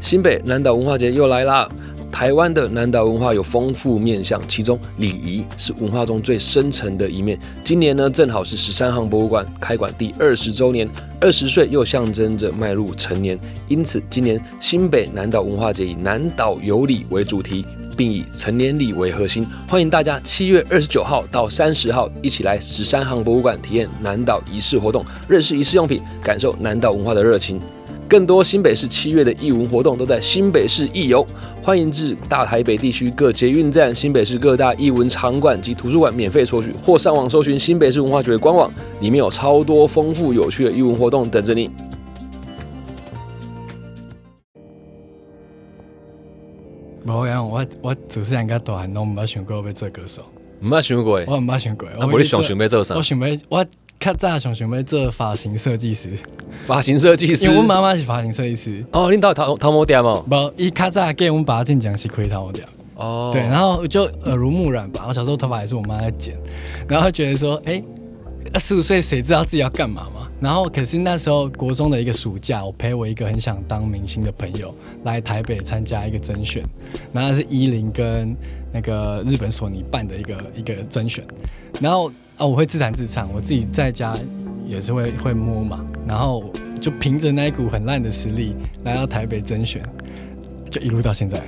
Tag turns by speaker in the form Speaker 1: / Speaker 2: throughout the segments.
Speaker 1: 新北南岛文化节又来啦！台湾的南岛文化有丰富面向，其中礼仪是文化中最深沉的一面。今年呢，正好是十三行博物馆开馆第二十周年，二十岁又象征着迈入成年，因此今年新北南岛文化节以“南岛有礼”为主题，并以成年礼为核心，欢迎大家七月二十九号到三十号一起来十三行博物馆体验南岛仪式活动，认识仪式用品，感受南岛文化的热情。更多新北市七月的义文活动都在新北市义游，欢迎至大台北地区各捷运站、新北市各大义文场馆及图书馆免费索取，或上网搜寻新北市文化局的官网，里面有超多丰富有趣的义文活动等着你。
Speaker 2: 无样，我我主持人甲大汉拢毋捌想过我要做歌手，
Speaker 3: 毋捌想过的，
Speaker 2: 我毋捌想过。
Speaker 3: 啊，
Speaker 2: 我
Speaker 3: 无你上想要做啥
Speaker 2: 我？想要，我较早上想要做发型设计师，
Speaker 1: 发型设计师
Speaker 2: 因为，阮妈妈是发型设计师。
Speaker 3: 哦，恁到头头毛店哦，
Speaker 2: 无，伊较早给阮爸进讲是开头掉，
Speaker 3: 哦，
Speaker 2: 对，然后就耳濡目染吧。我小时候头发也是我妈在剪，然后觉得说，哎、十五岁谁知道自己要干嘛嘛？然后可是那时候国中的一个暑假，我陪我一个很想当明星的朋友来台北参加一个甄选，然后那是伊林跟那个日本索尼办的一个一个甄选，然后啊我会自弹自唱，我自己在家也是会会摸嘛，然后就凭着那一股很烂的实力来到台北甄选，就一路到现在了。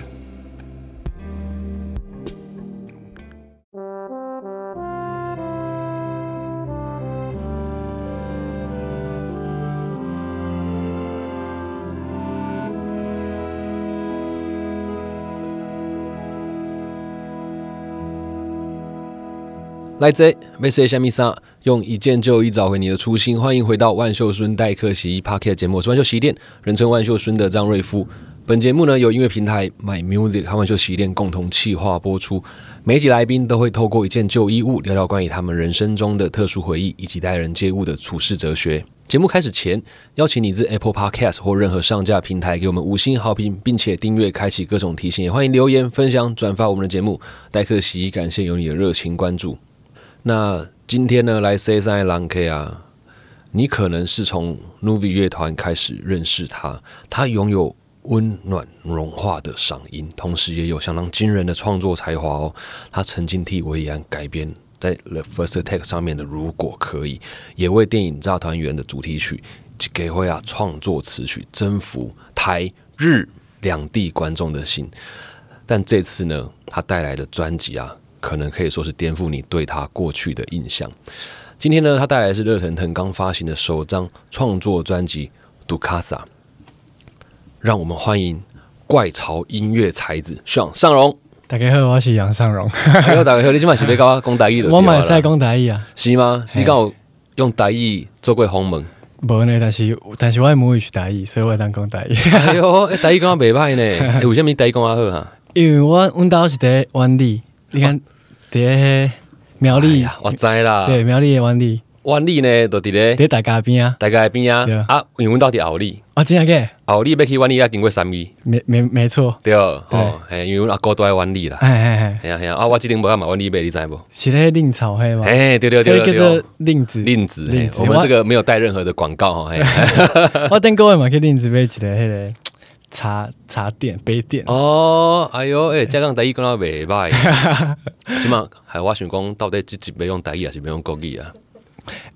Speaker 1: 来这 m e s s a 虾米莎，用一件旧衣找回你的初心。欢迎回到万秀孙代客洗衣 Pocket 节目，我是万秀洗衣店，人称万秀孙的张瑞夫。本节目呢由音乐平台 My Music 和万秀洗衣店共同企划播出。每一集来宾都会透过一件旧衣物，聊聊关于他们人生中的特殊回忆以及待人接物的处世哲学。节目开始前，邀请你至 Apple Podcast 或任何上架平台给我们五星好评，并且订阅、开启各种提醒，也欢迎留言、分享、转发我们的节目。代客洗衣，感谢有你的热情关注。那今天呢，来 C 三 l a n K 啊，你可能是从 Nuvi 乐团开始认识他，他拥有温暖融化的嗓音，同时也有相当惊人的创作才华哦。他曾经替维安改编在《The First Take》上面的《如果可以》，也为电影《炸团圆》的主题曲《给会啊》创作词曲，征服台日两地观众的心。但这次呢，他带来的专辑啊，可能可以说是颠覆你对他过去的印象。今天呢，他带来的是热腾腾刚发行的首张创作专辑《杜卡萨》，让我们欢迎怪潮音乐才子向尚荣。
Speaker 2: 大家好，我是杨尚荣，
Speaker 1: 哎呦，大家好，你今晚是要跟我讲台语的？
Speaker 2: 我买赛讲台语啊，
Speaker 1: 是吗？你敢有用台语做过访 问？
Speaker 2: 无呢，但是但是我的母语是台语，所以我当讲台语。
Speaker 1: 哎呦，哎台语讲啊袂歹呢，哎，为什么台语讲啊好啊？
Speaker 2: 因为我阮兜是伫湾里，你看伫迄苗栗，
Speaker 1: 我知啦，
Speaker 2: 对苗栗的湾里，
Speaker 1: 万里呢，就伫咧
Speaker 2: 伫大家边啊。
Speaker 1: 大家的边
Speaker 2: 对
Speaker 1: 啊
Speaker 2: 啊，
Speaker 1: 啊，因为阮到伫后里，
Speaker 2: 哦，真的个，
Speaker 1: 后里要去万里要经过三义，
Speaker 2: 没没没错，
Speaker 1: 对，哦，嘿，因为阮阿哥住在万里啦，
Speaker 2: 哎哎哎，
Speaker 1: 嘿啊嘿啊，啊，我即顶无啊买万里买，你知无？
Speaker 2: 是迄令草黑嘛，
Speaker 1: 哎，对对
Speaker 2: 那
Speaker 1: 对
Speaker 2: 个
Speaker 1: 对
Speaker 2: 叫
Speaker 1: 对
Speaker 2: 做。令子
Speaker 1: 令子，嘿
Speaker 2: 令子
Speaker 1: 我们
Speaker 2: 我
Speaker 1: 这个没有带任何的广告 哈。嘿
Speaker 2: 我等各位嘛去令子买一个迄个茶茶店杯店，
Speaker 1: 哦，哎呦，哎，加上台语讲啊袂 歹，起码还我想讲到底这集要用台语还是要用国语啊？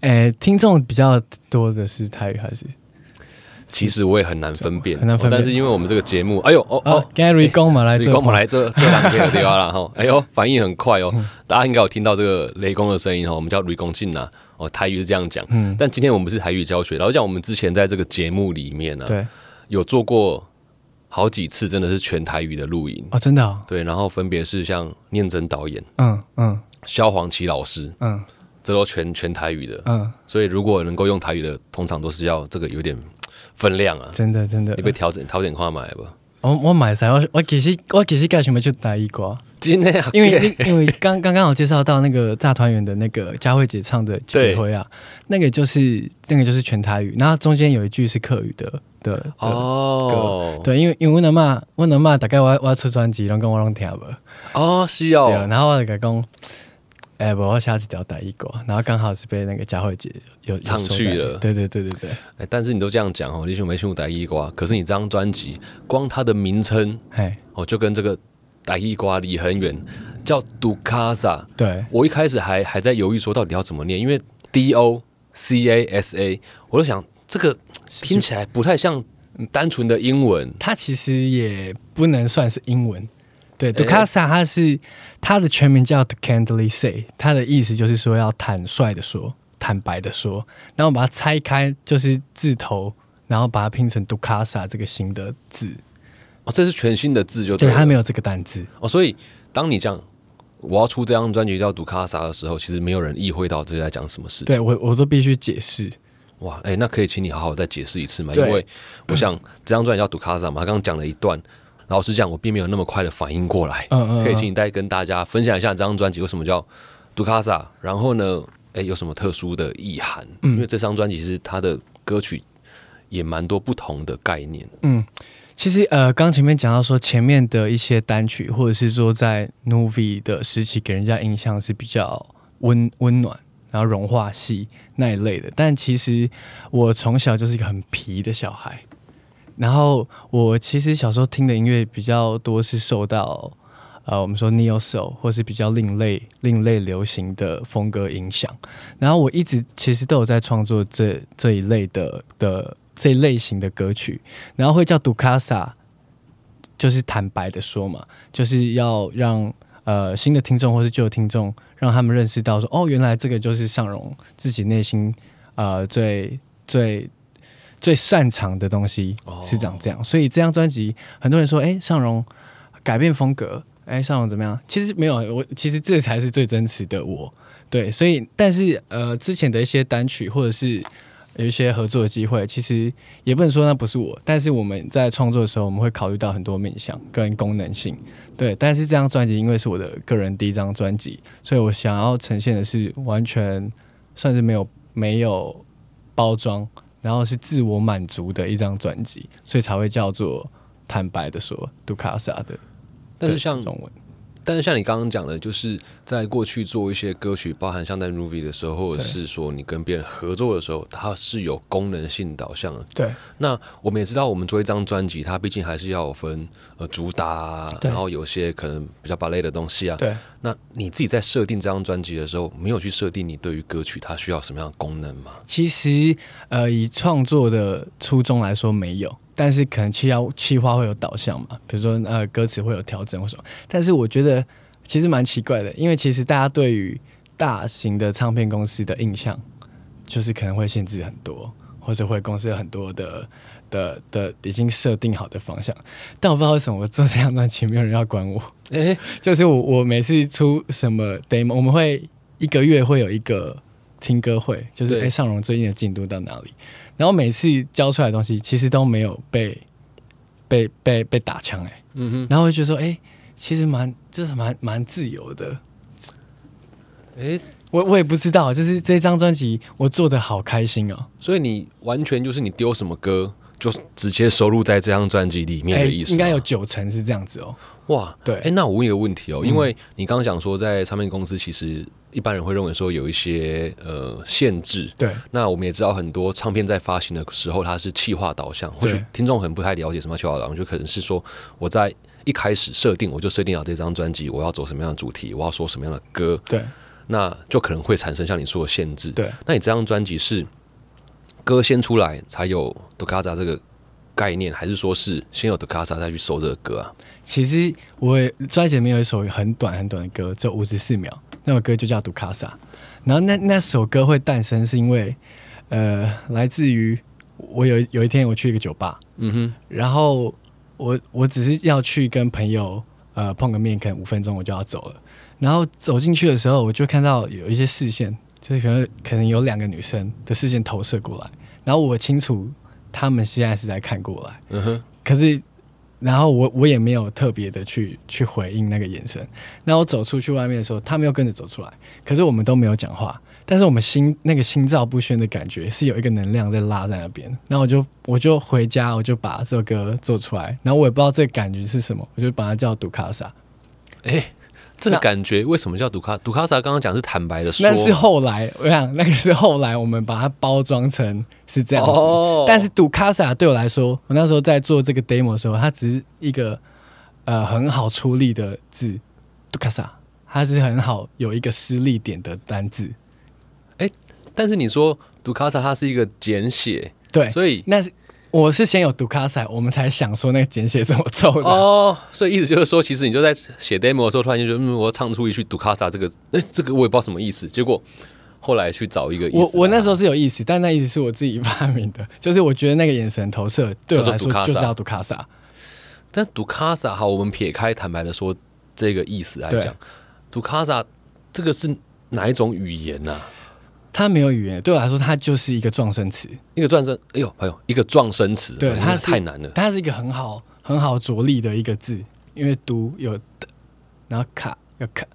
Speaker 2: 哎，听众比较多的是台语还是？
Speaker 1: 其实我也很难分辨，哦
Speaker 2: 很难分辨
Speaker 1: 但是因为我们这个节目，哎呦，哦
Speaker 2: 哦
Speaker 1: 哦，，
Speaker 2: 刚才瑞公嘛来
Speaker 1: 雷
Speaker 2: 做，
Speaker 1: 公我们来这这两天的对话了 哈，吼哎呦，反应很快哦，
Speaker 2: 嗯
Speaker 1: 大家应该有听到这个雷公的声音哦，我们叫雷公进呐，哦，台语是这样讲，嗯，但今天我们不是台语教学，然后讲我们之前在这个节目里面呢、
Speaker 2: 对，
Speaker 1: 有做过好几次真的是全台语的录音，
Speaker 2: 哦，真的哦，
Speaker 1: 对，然后分别是像念真导演、
Speaker 2: 嗯嗯
Speaker 1: 萧煌奇老师，
Speaker 2: 嗯
Speaker 1: 这都全全台语的，
Speaker 2: 嗯，
Speaker 1: 所以如果能够用台语的，通常都是要这个有点分量啊，
Speaker 2: 真的真的
Speaker 1: 你，被调整调整看买吧。
Speaker 2: 我我买啥？我我其实我其实干什么就打一瓜，
Speaker 1: 今天啊
Speaker 2: 因为你因为刚刚刚好介绍到那个炸团圆的那个佳慧姐唱的《几回啊》，那个就是那个就是全台语，然后中间有一句是客语的的的。
Speaker 1: 哦，
Speaker 2: 对，因为因为我阿嬷，我阿嬷大概我我要出专辑，拢讲我拢听无，
Speaker 1: 哦，是
Speaker 2: 对啊
Speaker 1: 哦，
Speaker 2: 啊，然后我就甲讲，诶、哎、我要下次聊带一狗，然后刚好是被那个佳慧姐有有
Speaker 1: 唱
Speaker 2: 收
Speaker 1: 去
Speaker 2: 在
Speaker 1: 了
Speaker 2: 对对对对对，
Speaker 1: 哎，但是你都这样讲哦，你就没听过台语歌，可是你这张专辑光它的名称
Speaker 2: 哎，
Speaker 1: 哦，就跟这个台语歌离很远，叫杜卡萨。
Speaker 2: 对，
Speaker 1: 我一开始还还在犹豫说到底要怎么念，因为 D O C A S A，我就想这个听起来不太像单纯的英文，
Speaker 2: 它其实也不能算是英文。对 d u c a s a 它是它的全名叫 d u c a n d l y Say，它的意思就是说要坦率的说，坦白的说。然后我把它拆开，就是字头，然后把它拼成 d u c a s a 这个新的字。
Speaker 1: 哦，这是全新的字就
Speaker 2: 对，
Speaker 1: 了
Speaker 2: 它没有这个单字。
Speaker 1: 哦，所以当你讲我要出这张专辑叫《杜卡萨》的时候，其实没有人意会到这是在讲什么事情。
Speaker 2: 对我我都必须解释。
Speaker 1: 哇，哎、那可以请你好好再解释一次吗？因
Speaker 2: 对
Speaker 1: 为我想这张专辑叫《杜卡萨》嘛，他刚刚讲了一段，老实讲，我并没有那么快的反应过来。
Speaker 2: 嗯嗯嗯
Speaker 1: 可以请你再跟大家分享一下这张专辑为什么叫《杜卡萨》，然后呢，哎、有什么特殊的意涵？
Speaker 2: 嗯
Speaker 1: 因为这张专辑其实它的歌曲也蛮多不同的概念。
Speaker 2: 嗯其实呃，刚前面讲到说前面的一些单曲，或者是说在 Novi 的时期，给人家印象是比较温温暖，然后融化系那一类的。但其实我从小就是一个很皮的小孩，然后我其实小时候听的音乐比较多是受到呃我们说 neo soul 或是比较另类另类流行的风格影响。然后我一直其实都有在创作这这一类的的这一类型的歌曲，然后会叫 Ducasa，就是坦白的说嘛，就是要让呃新的听众或是旧的听众，让他们认识到说，哦，原来这个就是尚荣自己内心呃最最最擅长的东西
Speaker 1: 哦
Speaker 2: 是长这样，所以这张专辑很多人说，哎，尚荣改变风格，哎，尚荣怎么样？其实没有，我其实这才是最真实的我。对，所以但是呃，之前的一些单曲或者是有一些合作的机会，其实也不能说那不是我，但是我们在创作的时候，我们会考虑到很多面向跟功能性。对，但是这张专辑因为是我的个人第一张专辑，所以我想要呈现的是完全算是没有没有包装，然后是自我满足的一张专辑，所以才会叫做坦白的说杜卡萨的。
Speaker 1: 但是
Speaker 2: 的
Speaker 1: 像
Speaker 2: 中文，
Speaker 1: 但是像你刚刚讲的，就是在过去做一些歌曲，包含像在 Ruby 的时候，或者
Speaker 2: 对
Speaker 1: 是说你跟别人合作的时候，它是有功能性导向的。
Speaker 2: 对
Speaker 1: 那我们也知道，我们做一张专辑，它毕竟还是要有分呃主打啊、
Speaker 2: 对
Speaker 1: 然后有些可能比较芭蕾的东西啊。
Speaker 2: 对，
Speaker 1: 那你自己在设定这张专辑的时候，没有去设定你对于歌曲它需要什么样的功能吗？
Speaker 2: 其实呃，以创作的初衷来说没有，但是可能企划企划会有导向嘛，比如说呃歌词会有调整或什么。但是我觉得其实蛮奇怪的，因为其实大家对于大型的唱片公司的印象，就是可能会限制很多，或者会公司有很多的的的已经设定好的方向。但我不知道为什么我做这张专辑没有人要管我。
Speaker 1: 哎、
Speaker 2: 就是我我每次出什么 demo，我们会一个月会有一个听歌会，就是
Speaker 1: 对
Speaker 2: 哎尚荣最近的进度到哪里，然后每次交出来的东西其实都没有被被被被打枪哎、
Speaker 1: 嗯哼，
Speaker 2: 然后我就觉得说哎、其实蛮这是蛮蛮自由的，
Speaker 1: 哎、
Speaker 2: 我我也不知道，就是这张专辑我做的好开心哦、
Speaker 1: 所以你完全就是你丢什么歌，就直接收录在这张专辑里面
Speaker 2: 哎、
Speaker 1: 的意思、
Speaker 2: 应该有九成是这样子哦、
Speaker 1: 哇，
Speaker 2: 对
Speaker 1: 哎，那我问一个问题哦，
Speaker 2: 嗯
Speaker 1: 因为你刚刚讲说，在唱片公司其实一般人会认为说有一些呃限制。
Speaker 2: 对
Speaker 1: 那我们也知道，很多唱片在发行的时候，它是企划导向。或许
Speaker 2: 对
Speaker 1: 听众很不太了解什么叫企划导向，就可能是说我在一开始设定，我就设定好这张专辑我要走什么样的主题，我要说什么样的歌，
Speaker 2: 对
Speaker 1: 那就可能会产生像你说的限制。
Speaker 2: 对，
Speaker 1: 那你这张专辑是歌先出来才有 d u k a z a 这个概念，还是说是先有 d u k a z a 再去搜这个歌啊？
Speaker 2: 其实我专辑里面有一首很短很短的歌，只有五十四秒，那首歌就叫《杜卡萨》。然后那那首歌会诞生，是因为呃，来自于我有有一天我去一个酒吧，
Speaker 1: 嗯哼。
Speaker 2: 然后我我只是要去跟朋友呃碰个面，可能五分钟我就要走了。然后走进去的时候，我就看到有一些视线，就是可能可能有两个女生的视线投射过来，然后我清楚她们现在是在看过来，
Speaker 1: 嗯哼，
Speaker 2: 可是，然后我我也没有特别的去去回应那个眼神。那我走出去外面的时候，他们又跟着走出来，可是我们都没有讲话。但是我们心那个心照不宣的感觉，是有一个能量在拉在那边。然后我就我就回家，我就把这首歌做出来。然后我也不知道这个感觉是什么，我就把它叫杜卡萨。
Speaker 1: 哎、这个感觉为什么叫杜卡？杜卡萨刚刚讲是坦白的说，
Speaker 2: 那是后来，我想那个是后来我们把它包装成是这样子。
Speaker 1: 哦
Speaker 2: 但是杜卡萨对我来说，我那时候在做这个 demo 的时候，它只是一个呃很好出力的字，杜卡萨，它是很好有一个失力点的单字。
Speaker 1: 但是你说杜卡萨它是一个简写，
Speaker 2: 对，
Speaker 1: 所以
Speaker 2: 那是我是先有杜卡萨，我们才想说那个简写怎么凑的。
Speaker 1: 哦，所以意思就是说，其实你就在写 demo 的时候，突然间觉得，嗯，我要唱出一句杜卡萨这个，哎、这个我也不知道什么意思。结果后来啊去找一个意思
Speaker 2: 我我那时
Speaker 1: 候
Speaker 2: 候是有意思，但那意思是我自己发明的，就是我觉得那个眼神投射对我来说
Speaker 1: 叫做
Speaker 2: 就
Speaker 1: Ducasa
Speaker 2: 是要杜卡萨，
Speaker 1: 但杜卡萨好，我们撇开坦白的说这个意思来
Speaker 2: 对
Speaker 1: 讲，杜卡萨这个是哪一种语言呐、啊？
Speaker 2: 它没有语言，对我来说它就是一个撞声词，
Speaker 1: 一个转身，哎呦，哎呦，一个撞声词，
Speaker 2: 对
Speaker 1: 哎
Speaker 2: 它
Speaker 1: 那
Speaker 2: 是
Speaker 1: 太难了。
Speaker 2: 它是一个很好很好着力的一个字，因为读有的，然后卡有卡，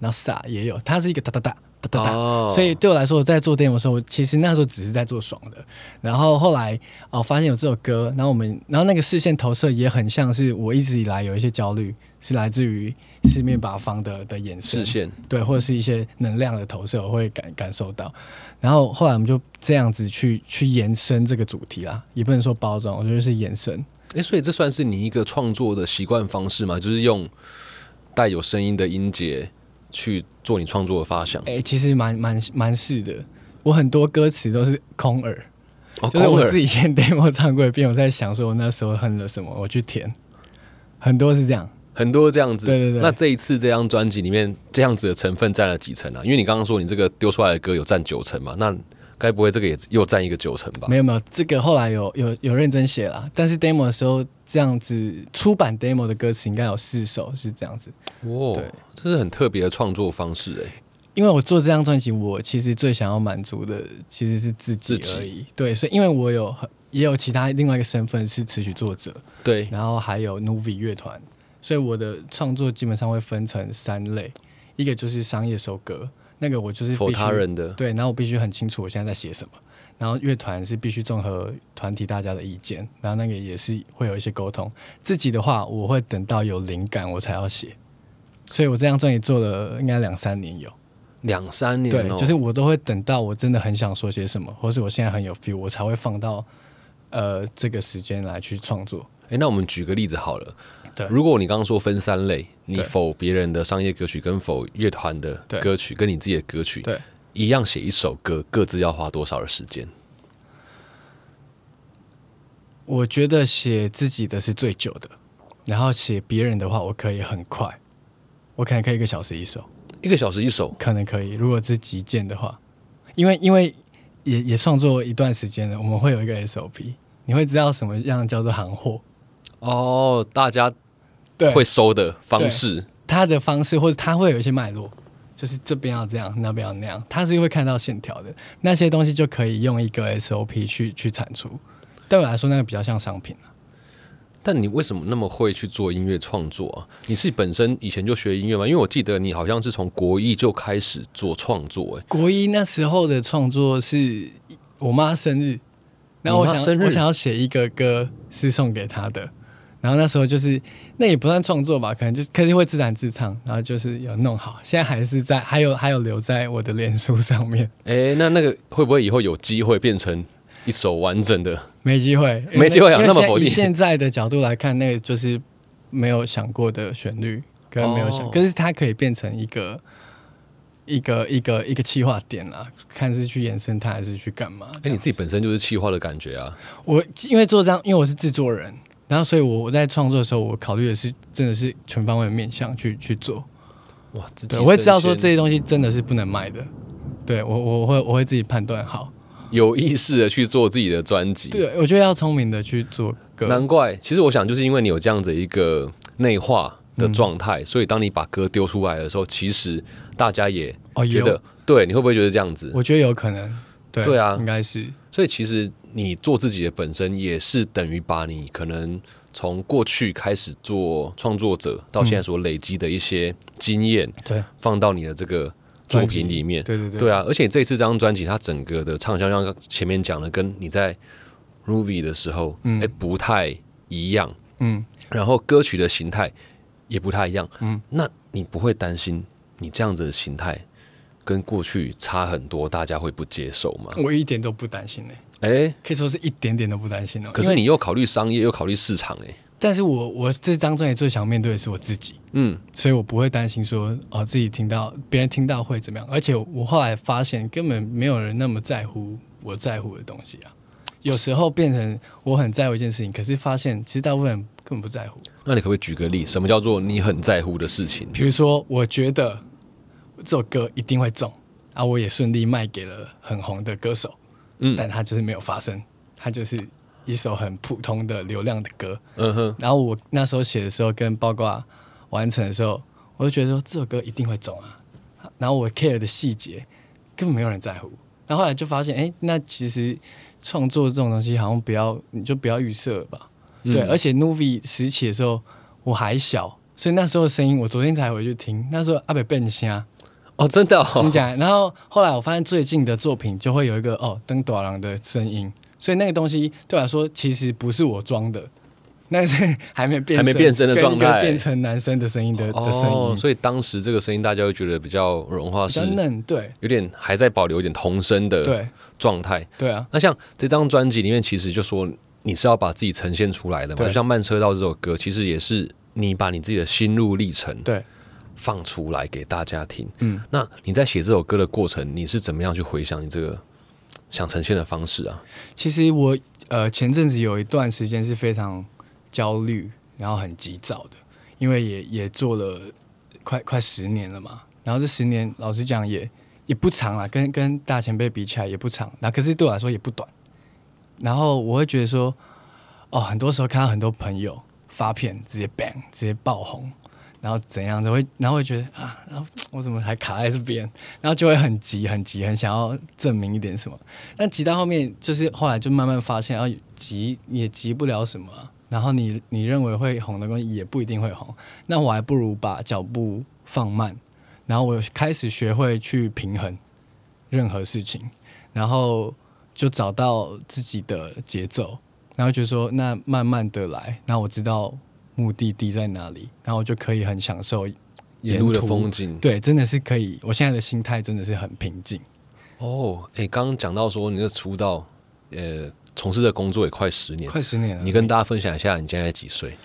Speaker 2: 然后萨也有，它是一个哒哒哒哒哒哒。
Speaker 1: 哦
Speaker 2: 所以对我来说，我在做 demo 的时候，我其实那时候只是在做爽的。然后后来哦，发现有这首歌，然后我们，然后那个视线投射也很像是我一直以来有一些焦虑，是来自于四面八方的的眼神
Speaker 1: 视，线，
Speaker 2: 对，或者是一些能量的投射，我会感感受到。然后后来我们就这样子去去延伸这个主题啦，也不能说包装，我觉得是延伸。
Speaker 1: 哎、所以这算是你一个创作的习惯方式嘛？就是用带有声音的音节去做你创作的发想。
Speaker 2: 哎、其实蛮蛮蛮是的，我很多歌词都是空耳，
Speaker 1: 哦
Speaker 2: 就是
Speaker 1: 空
Speaker 2: 我
Speaker 1: 耳
Speaker 2: 自己先 demo 唱过一遍，我在想说我那时候哼了什么，我去填，很多是这样。
Speaker 1: 很多这样子。
Speaker 2: 对对对
Speaker 1: 那这一次这张专辑里面，这样子的成分占了几成啊？因为你刚刚说你这个丢出来的歌有占九成嘛，那该不会这个也又占一个九成吧？
Speaker 2: 没有没有，这个后来有有有认真写啦，但是 demo 的时候这样子，出版 demo 的歌词应该有四首是这样子。
Speaker 1: 哇
Speaker 2: 对，
Speaker 1: 这是很特别的创作方式哎、
Speaker 2: 因为我做这张专辑，我其实最想要满足的其实是自己
Speaker 1: 自己
Speaker 2: 而已。对，所以因为我有很也有其他另外一个身份是词曲作者，
Speaker 1: 对，
Speaker 2: 然后还有 Novi 乐团，所以我的创作基本上会分成三类，一个就是商业收割，那个我就是
Speaker 1: 否
Speaker 2: 必须
Speaker 1: 他人的
Speaker 2: 对，然后我必须很清楚我现在在写什么。然后乐团是必须综合团体大家的意见，然后那个也是会有一些沟通。自己的话，我会等到有灵感我才要写，所以我这张专辑做了应该两三年有。
Speaker 1: 两三年
Speaker 2: 对
Speaker 1: 哦、，
Speaker 2: 就是我都会等到我真的很想说些什么，或是我现在很有 feel，我才会放到呃这个时间来去创作。
Speaker 1: 哎、那我们举个例子好了。
Speaker 2: 对
Speaker 1: 如果你刚刚说分三类，你
Speaker 2: 对
Speaker 1: 否别人的商业歌曲跟否乐团的
Speaker 2: 对
Speaker 1: 歌曲，跟你自己的歌曲，
Speaker 2: 对，
Speaker 1: 一样写一首歌，各自要花多少的时间？
Speaker 2: 我觉得写自己的是最久的，然后写别人的话，我可以很快，我可能可以一个小时一首，
Speaker 1: 一个小时一首，
Speaker 2: 可能可以。如果是急件的话，因为因为也也创作一段时间了，我们会有一个 SOP，你会知道什么样叫做行货，
Speaker 1: 哦，大家
Speaker 2: 对，
Speaker 1: 会收的方
Speaker 2: 对
Speaker 1: 式，
Speaker 2: 他的方式，或者他会有一些脉络，就是这边要这样，那边要那样，他是会看到线条的，那些东西就可以用一个 SOP 去去产出。对我来说，那个比较像商品啊
Speaker 1: 但你为什么那么会去做音乐创作啊？你是本身以前就学音乐吗？因为我记得你好像是从国一就开始做创作、欸，
Speaker 2: 国一那时候的创作是我妈生日，然后我
Speaker 1: 你妈
Speaker 2: 想
Speaker 1: 生日
Speaker 2: 我想要写一个歌是送给她的，然后那时候就是那也不算创作吧，可能就是肯定会自弹自唱，然后就是有弄好，现在还是在还有还有留在我的脸书上面，
Speaker 1: 哎、那那个会不会以后有机会变成一首完整的？
Speaker 2: 没机会，
Speaker 1: 没机会啊
Speaker 2: 因为
Speaker 1: 那么
Speaker 2: 现
Speaker 1: 否定
Speaker 2: 以现在的角度来看，那个就是没有想过的旋律，跟没有想，
Speaker 1: 哦
Speaker 2: 可是它可以变成一个一个一个一个气化点啦，看是去延伸它还是去干嘛。
Speaker 1: 哎、你自己本身就是气化的感觉啊，
Speaker 2: 我因为做这样，因为我是制作人，然后所以我我在创作的时候，我考虑的是真的是全方位的面向去去做。
Speaker 1: 哇，自己
Speaker 2: 对，我会知道
Speaker 1: 身
Speaker 2: 说
Speaker 1: 先
Speaker 2: 这些东西真的是不能卖的。对我我会我会自己判断好。
Speaker 1: 有意识的去做自己的专辑，，
Speaker 2: 对，我觉得要聪明的去做歌。
Speaker 1: 难怪。其实我想，就是因为你有这样子一个内化的状态，
Speaker 2: 嗯
Speaker 1: 所以当你把歌丢出来的时候，其实大家也
Speaker 2: 哦，
Speaker 1: 觉
Speaker 2: 有
Speaker 1: 得，对，你会不会觉得这样子？
Speaker 2: 我觉得有可能，对
Speaker 1: 对啊
Speaker 2: 应该是
Speaker 1: 所以其实你做自己的本身，也是等于把你可能从过去开始做创作者到现在所累积的一些经验，
Speaker 2: 对
Speaker 1: 放到你的这个作品里面。
Speaker 2: 对对对
Speaker 1: 对啊，而且这次这张专辑，它整个的畅销，像前面讲的，跟你在 Ruby 的时候，哎、不太一样。
Speaker 2: 嗯，
Speaker 1: 然后歌曲的形态也不太一样。嗯，那你不会担心你这样子的形态跟过去差很多，大家会不接受吗？
Speaker 2: 我一点都不担心呢、欸
Speaker 1: 哎、
Speaker 2: 可以说是一点点都不担心哦。
Speaker 1: 可
Speaker 2: 因
Speaker 1: 是
Speaker 2: 为，
Speaker 1: 你又考虑商业，又考虑市场、哎，
Speaker 2: 但是我我这张专辑最想面对的是我自己，
Speaker 1: 嗯，
Speaker 2: 所以我不会担心说哦自己听到别人听到会怎么样。而且我后来发现，根本没有人那么在乎我在乎的东西啊。有时候变成我很在乎一件事情，可是发现其实大部分人根本不在乎。
Speaker 1: 那你可不可以举个例，什么叫做你很在乎的事情？
Speaker 2: 比如说，我觉得这首歌一定会中啊，我也顺利卖给了很红的歌手，
Speaker 1: 嗯
Speaker 2: 但它就是没有发生，它就是一首很普通的流量的歌。
Speaker 1: 嗯哼，
Speaker 2: 然后我那时候写的时候，跟包括完成的时候，我就觉得说这首歌一定会中啊。然后我 care 的细节根本没有人在乎。然后后来就发现，哎，那其实创作这种东西好像不要，你就不要预设了吧。对，而且 Novi 时期的时候我还小，所以那时候的声音我昨天才回去听，那时候阿北啊笨瞎，
Speaker 1: 哦，真的、
Speaker 2: 真
Speaker 1: 哦，
Speaker 2: 假的？然后后来我发现最近的作品就会有一个哦登短郎的声音，所以那个东西对我来说其实不是我装的，那是还没变
Speaker 1: 还没变声的
Speaker 2: 跟
Speaker 1: 状
Speaker 2: 一个
Speaker 1: 态
Speaker 2: 变成男生的声音的、的声
Speaker 1: 哦，
Speaker 2: 音，
Speaker 1: 所以当时这个声音大家会觉得比较融化
Speaker 2: 比
Speaker 1: 是
Speaker 2: 较嫩，对
Speaker 1: 有点还在保留一点童声的
Speaker 2: 对
Speaker 1: 状态。
Speaker 2: 对啊，
Speaker 1: 那像这张专辑里面，其实就说你是要把自己呈现出来的嘛，
Speaker 2: 对
Speaker 1: 就像《慢车道》这首歌，其实也是你把你自己的心路历程
Speaker 2: 对，
Speaker 1: 放出来给大家听。
Speaker 2: 嗯，
Speaker 1: 那你在写这首歌的过程，你是怎么样去回想你这个想呈现的方式啊？
Speaker 2: 其实我呃前阵子有一段时间是非常焦虑，然后很急躁的，因为也也做了快快十年了嘛。然后这十年，老实讲也也不长啦，跟跟大前辈比起来也不长，那可是对我来说也不短。然后我会觉得说，哦，很多时候看到很多朋友发片直接 bang 直接爆红，然后怎样子会，然后会觉得啊，然后我怎么还卡在这边，然后就会很急很急，很想要证明一点什么。但急到后面，就是后来就慢慢发现，啊，急也急不了什么啊、然后你你认为会红的东西也不一定会红，那我还不如把脚步放慢，然后我开始学会去平衡任何事情，然后就找到自己的节奏，然后就说那慢慢的来，那我知道目的地在哪里，然后我就可以很享受
Speaker 1: 沿路的
Speaker 2: 途
Speaker 1: 风景。
Speaker 2: 对，真的是可以，我现在的心态真的是很平静。
Speaker 1: 哦，哎、刚刚讲到说你的出道，呃，从事的工作也快十年，
Speaker 2: 快十年了，
Speaker 1: 你跟大家分享一下，你现在几岁？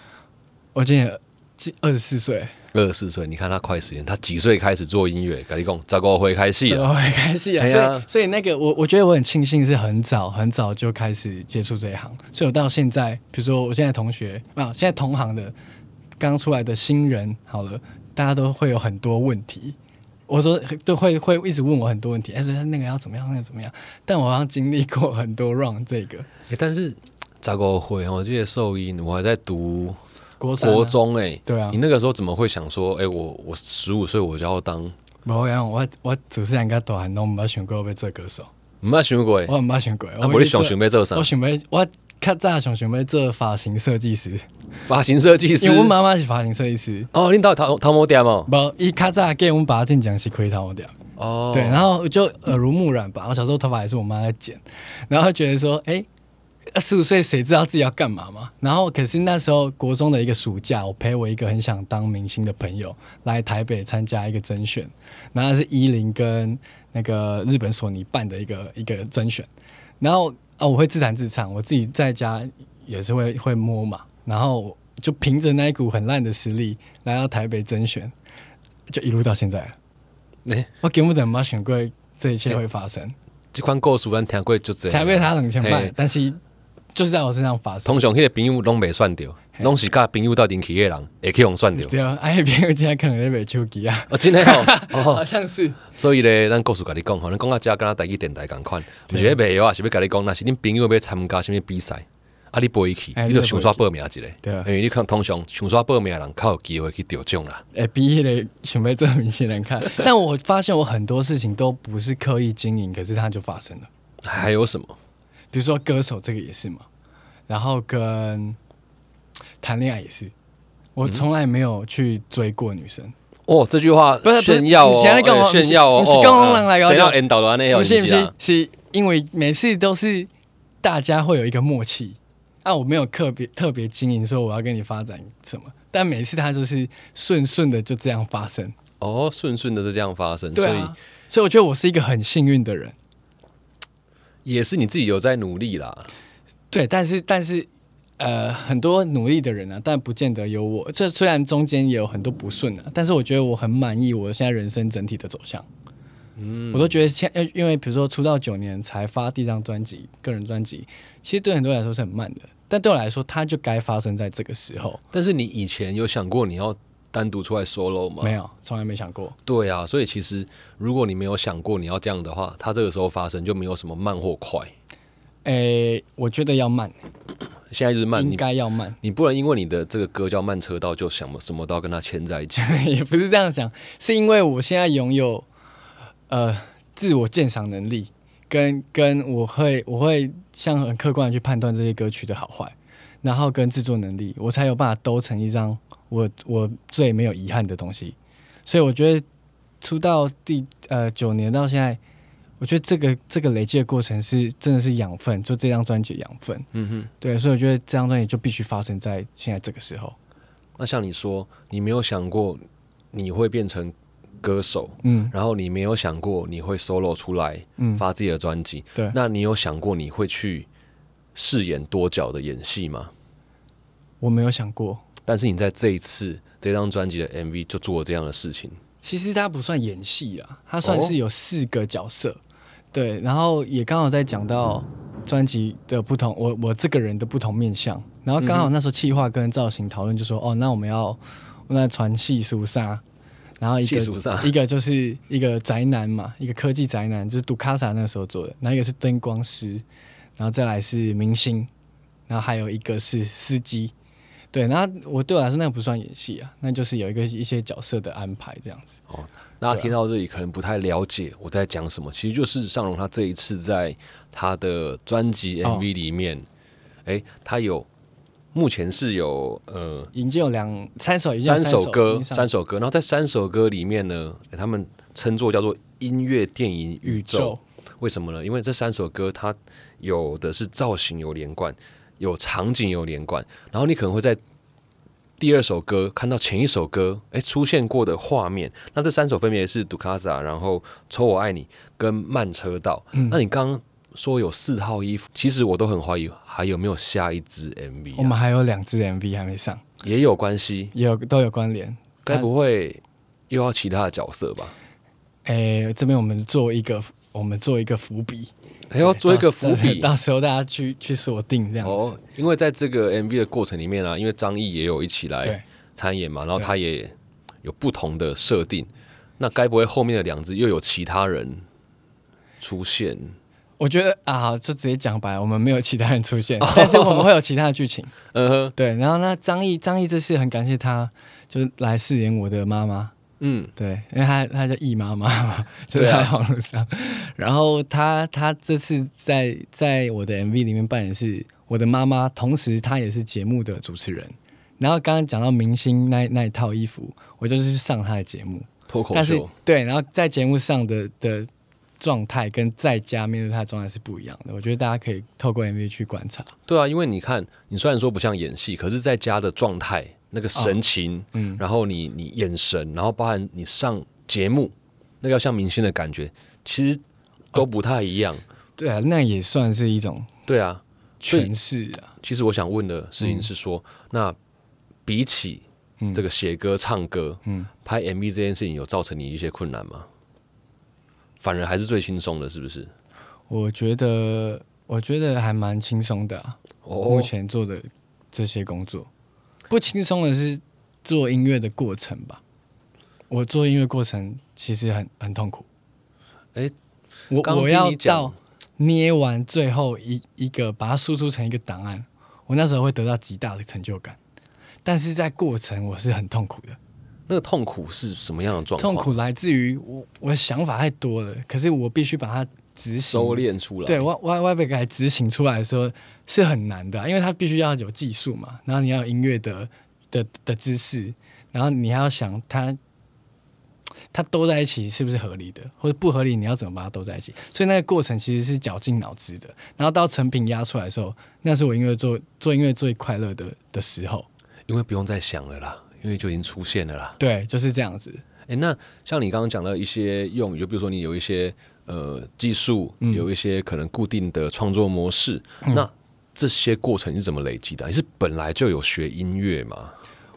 Speaker 2: 我今年今二十四岁，
Speaker 1: 二十四岁，你看他快十年，他几岁开始做音乐？赶紧讲，找个回开戏
Speaker 2: 怎
Speaker 1: 了。
Speaker 2: 么会开始啊？
Speaker 1: 哎
Speaker 2: 所
Speaker 1: 呀
Speaker 2: 以所以那个我我觉得我很庆幸是很早很早就开始接触这一行，所以我到现在，比如说我现在同学啊，现在同行的刚出来的新人，好了，大家都会有很多问题。我说都会会一直问我很多问题，哎，说那个要怎么样，那个怎么样？但我好像经历过很多 round 这个
Speaker 1: 哎但是找个回，我记得兽医，我还在读
Speaker 2: 国三啊
Speaker 1: 国中哎、
Speaker 2: 对啊
Speaker 1: 你，那个时候怎么会想说，哎、我我十五岁我就要当？
Speaker 2: 无样，我我主持人跟大汉拢毋捌想过要被做歌手，
Speaker 1: 没有想过，
Speaker 2: 哦我毋捌想过，
Speaker 1: 啊，不
Speaker 2: 一
Speaker 1: 是
Speaker 2: 直做
Speaker 1: 想想要做啥
Speaker 2: 我？想要，我较早想想要做发型设计师，
Speaker 1: 发型设计师
Speaker 2: 因为。阮妈妈是发型设计师。
Speaker 1: 哦，领导头头毛店哦。
Speaker 2: 无，伊较早给阮爸进讲是亏头掉，
Speaker 1: 哦，
Speaker 2: 对，然后我就耳濡目染吧。我小时候头发也是我妈在剪，然后觉得说，哎、十五岁谁知道自己要干嘛嘛？然后可是那时候国中的一个暑假，我陪我一个很想当明星的朋友来台北参加一个甄选，然后那是伊林跟那个日本索尼办的一个一个甄选，然后啊我会自弹自唱，我自己在家也是会会摸嘛，然后我就凭着那一股很烂的实力来到台北甄选，就一路到现在了。
Speaker 1: 哎，
Speaker 2: 我根本就没想过这一切会发生，
Speaker 1: 这款故事咱听过就这。
Speaker 2: 才被他冷千
Speaker 1: 嘿
Speaker 2: 半，但是就是在我身上发生。
Speaker 1: 通常迄个朋友拢未算着，拢是甲朋友斗阵去的人，会去用算着。
Speaker 2: 对啊，哎，别人今天看那本手机啊，
Speaker 1: 哦，真的 哦，
Speaker 2: 好像是
Speaker 1: 所以咧，咱故事甲你讲，吼，咱讲到遮，敢若台语电台共款，毋是咧卖药啊，是要甲你讲，若是恁朋友要参加啥物比赛，啊，你陪伊去，
Speaker 2: 哎
Speaker 1: 你就想煞报名一个，
Speaker 2: 对啊
Speaker 1: 因为你看通常想煞报名的人较有机会去得奖啦。
Speaker 2: 哎，毕业的想被这明星人 看，但我发现我很多事情都不是刻意经营，可是它就发生了。
Speaker 1: 还有什么？
Speaker 2: 比如说歌手这个也是嘛，然后跟谈恋爱也是，我
Speaker 1: 嗯
Speaker 2: 从来没有去追过女生。
Speaker 1: 哦，这句话
Speaker 2: 不是不是
Speaker 1: 炫耀
Speaker 2: 你
Speaker 1: 哦，
Speaker 2: 现在在干嘛
Speaker 1: 哎炫耀哦，
Speaker 2: 你是你是讲人来搞
Speaker 1: 炫耀引导的安尼哦，
Speaker 2: 不是不
Speaker 1: 是
Speaker 2: 是，是因为每次都是大家会有一个默契，啊，我没有特别特别经营说我要跟你发展什么，但每次它就是顺顺的就这样发生，
Speaker 1: 哦，顺顺的就这样发生，
Speaker 2: 对
Speaker 1: 所
Speaker 2: 啊，所以我觉得我是一个很幸运的人，
Speaker 1: 以也是你自己有在努力啦。
Speaker 2: 对，但是但是呃，很多努力的人啊，但不见得有我，这虽然中间也有很多不顺啊，但是我觉得我很满意我现在人生整体的走向，嗯，我都觉得现因为因为比如说出道九年才发第一张专辑，个人专辑，其实对很多人来说是很慢的，但对我来说，它就该发生在这个时候，
Speaker 1: 但是你以前有想过你要单独出来 solo 吗？
Speaker 2: 没有，从来没想过。
Speaker 1: 对啊，所以其实如果你没有想过你要这样的话，它这个时候发生就没有什么慢或快，
Speaker 2: 诶、我觉得要慢，
Speaker 1: 现在就是慢，
Speaker 2: 应
Speaker 1: 你
Speaker 2: 该要慢，
Speaker 1: 你不能因为你的这个歌叫慢车道，就想什么都要跟它牵在一起。
Speaker 2: 也不是这样想，是因为我现在拥有呃自我鉴赏能力，跟跟我会我会像很客观的去判断这些歌曲的好坏，然后跟制作能力，我才有办法兜成一张我我最没有遗憾的东西。所以我觉得出道第呃九年到现在，我觉得这个这个累积的过程是真的是养分，就这张专辑的养分。
Speaker 1: 嗯哼，
Speaker 2: 对，所以我觉得这张专辑就必须发生在现在这个时候。
Speaker 1: 那像你说，你没有想过你会变成歌手，
Speaker 2: 嗯
Speaker 1: 然后你没有想过你会 solo 出来
Speaker 2: 嗯，
Speaker 1: 发自己的专辑，
Speaker 2: 对。
Speaker 1: 那你有想过你会去饰演多角的演戏吗？
Speaker 2: 我没有想过，
Speaker 1: 但是你在这一次这张专辑的 MV 就做了这样的事情，
Speaker 2: 其实它不算演戏啦，它算是有四个角色，对，然后也刚好在讲到专辑的不同，我我这个人的不同面相，然后刚好那时候企划跟造型讨论就说，哦，那我们要那传系书杀，然后一
Speaker 1: 细
Speaker 2: 个
Speaker 1: 数上，
Speaker 2: 一个就是一个宅男嘛，一个科技宅男，就是杜卡萨那时候做的，然后一个是灯光师，然后再来是明星，然后还有一个是司机。对，然后我对我来说那个不算演戏啊，那就是有一个一些角色的安排这样子。
Speaker 1: 大
Speaker 2: 啊
Speaker 1: 家听到这里可能不太了解我在讲什么，其实就是尚荣他这一次在他的专辑
Speaker 2: 哦
Speaker 1: MV 里面，哎、他有目前是有呃
Speaker 2: 已经有两三首，已经有
Speaker 1: 三首歌，
Speaker 2: 已经
Speaker 1: 三首歌，然后在三首歌里面呢，诶他们称作叫做音乐电影宇
Speaker 2: 宇
Speaker 1: 宙
Speaker 2: 宙。
Speaker 1: 为什么呢？因为这三首歌它有的是造型有连贯，有场景有连贯，然后你可能会在第二首歌看到前一首歌诶出现过的画面。那这三首分别是《杜卡萨》，然后《抽我爱你》跟《慢车道》
Speaker 2: 嗯
Speaker 1: 那你刚刚说有四套衣服，其实我都很怀疑还有没有下一支
Speaker 2: 我
Speaker 1: MV，、
Speaker 2: 们哎
Speaker 1: 啊、
Speaker 2: 还有两支 MV 还没上，
Speaker 1: 也有关系。
Speaker 2: 也有都有关联。
Speaker 1: 该不会又要其他的角色吧？
Speaker 2: 诶，这边我们做一个，我们做一个伏笔，
Speaker 1: 还要做一个伏
Speaker 2: 对
Speaker 1: 笔
Speaker 2: 到时候大家去去锁定这样子。
Speaker 1: 哦，因为在这个 MV 的过程里面啊，因为张译也有一起
Speaker 2: 对
Speaker 1: 来，参演嘛，然后他也有不同的设定。那该不会后面的两只又有其他人出现？
Speaker 2: 我觉得啊，就直接讲白，我们没有其他人出现，
Speaker 1: 哦
Speaker 2: 但是我们会有其他的 剧情。
Speaker 1: 嗯哼，
Speaker 2: 对，然后那张译，张译这次很感谢他，就是来饰演我的妈妈。
Speaker 1: 嗯，
Speaker 2: 对，因为他他叫易妈妈嘛， 就
Speaker 1: 对啊
Speaker 2: 在网络上。然后他他这次在在我的 MV 里面扮演是我的妈妈，同时她也是节目的主持人。然后刚刚讲到明星那那一套衣服，我就是去上他的节目，
Speaker 1: 脱口
Speaker 2: 但是
Speaker 1: 秀。
Speaker 2: 对，然后在节目上的的状态跟在家面对他的状态是不一样的。我觉得大家可以透过 MV 去观察。
Speaker 1: 对啊，因为你看，你虽然说不像演戏，可是在家的状态、那个神情，
Speaker 2: 嗯
Speaker 1: 然后你你眼神，然后包含你上节目，那个要像明星的感觉，其实
Speaker 2: 哦
Speaker 1: 都不太一样。
Speaker 2: 对啊，那也算是一种
Speaker 1: 对啊，所以
Speaker 2: 诠释啊。
Speaker 1: 其实我想问的事情是说，那比起
Speaker 2: 嗯
Speaker 1: 这个写歌、唱歌、
Speaker 2: 嗯
Speaker 1: 拍 MV 这件事情，有造成你一些困难吗？反而还是最轻松的，是不是？
Speaker 2: 我觉得，我觉得还蛮轻松的、啊。目前做的这些工作，不轻松的是做音乐的过程吧。我做音乐过程其实很很痛苦。
Speaker 1: 诶
Speaker 2: 我
Speaker 1: 刚刚
Speaker 2: 我
Speaker 1: 听
Speaker 2: 要
Speaker 1: 你讲
Speaker 2: 到捏完最后一一个，把它输出成一个档案，我那时候会得到极大的成就感。但是在过程我是很痛苦的，
Speaker 1: 那个痛苦是什么样的状况？
Speaker 2: 痛苦来自于我我的想法太多了，可是我必须把它执行
Speaker 1: 收敛出来。
Speaker 2: 对，外外外被给执行出来的时候是很难的啊、因为它必须要有技术嘛，然后你要有音乐的的的知识，然后你还要想它它兜在一起是不是合理的，或者不合理你要怎么把它兜在一起？所以那个过程其实是绞尽脑汁的。然后到成品压出来的时候，那是我音乐做做音乐最快乐的的时候。
Speaker 1: 因为不用再想了啦，因为就已经出现了啦。
Speaker 2: 对，就是这样子。
Speaker 1: 诶，那像你刚刚讲到一些用语，就比如说你有一些呃技术，
Speaker 2: 嗯
Speaker 1: 有一些可能固定的创作模式，那这些过程是怎么累积的？你是本来就有学音乐吗？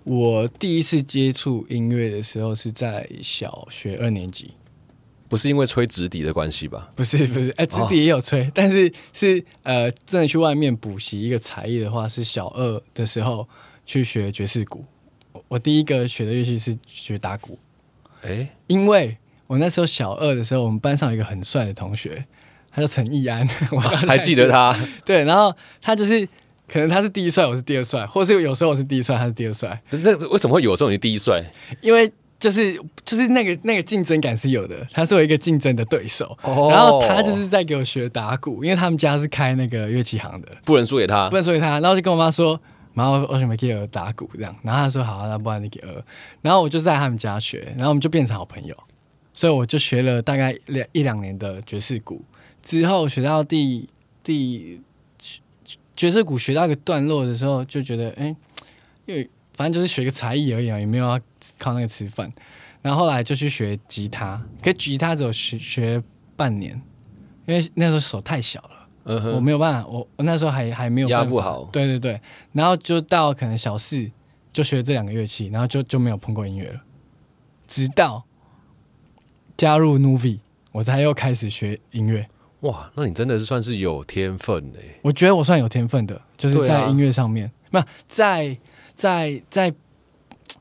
Speaker 2: 我第一次接触音乐的时候是在小学二年级，
Speaker 1: 不是因为吹直笛的关系吧？
Speaker 2: 不是不
Speaker 1: 嗯
Speaker 2: 是，哎、
Speaker 1: 哦
Speaker 2: 自己也有吹，但是是呃，真的去外面补习一个才艺的话，是小二的时候去学爵士鼓。我我第一个学的乐器是学打鼓，
Speaker 1: 诶，
Speaker 2: 因为我那时候小二的时候，我们班上有一个很帅的同学，他叫陈义安， 我到现在
Speaker 1: 还记得他？
Speaker 2: 对，然后他就是可能他是第一帅，我是第二帅，或是有时候我是第一帅，他是第二帅，
Speaker 1: 那为什么会有时候你第一帅？
Speaker 2: 因为就是就是那个那个竞争感是有的，他是我一个竞争的对手。
Speaker 1: 哦
Speaker 2: 然后他就是在给我学打鼓，因为他们家是开那个乐器行的，
Speaker 1: 不能输给他
Speaker 2: 不，能说给他。然后就跟我妈说，妈，我我想要给我打鼓这样。然后她说好啊，那不然你给我。然后我就在他们家学，然后我们就变成好朋友。所以我就学了大概两一两年的爵士鼓，之后学到第第爵士鼓学到一个段落的时候，就觉得哎、诶因为反正就是学个才艺而已啊，也没有要靠那个吃饭。然后后来就去学吉他，可是吉他只有学学半年，因为那时候手太小了。
Speaker 1: 嗯
Speaker 2: 我没有办法，我我那时候还还没有办法
Speaker 1: 压不好
Speaker 2: 对对对，然后就到可能小四就学这两个乐器，然后就就没有碰过音乐了，直到加入 Nuvi，我才又开始学音乐。
Speaker 1: 哇，那你真的是算是有天分诶。欸
Speaker 2: 我觉得我算有天分的，就是
Speaker 1: 对啊
Speaker 2: 在音乐上面，没有在在在，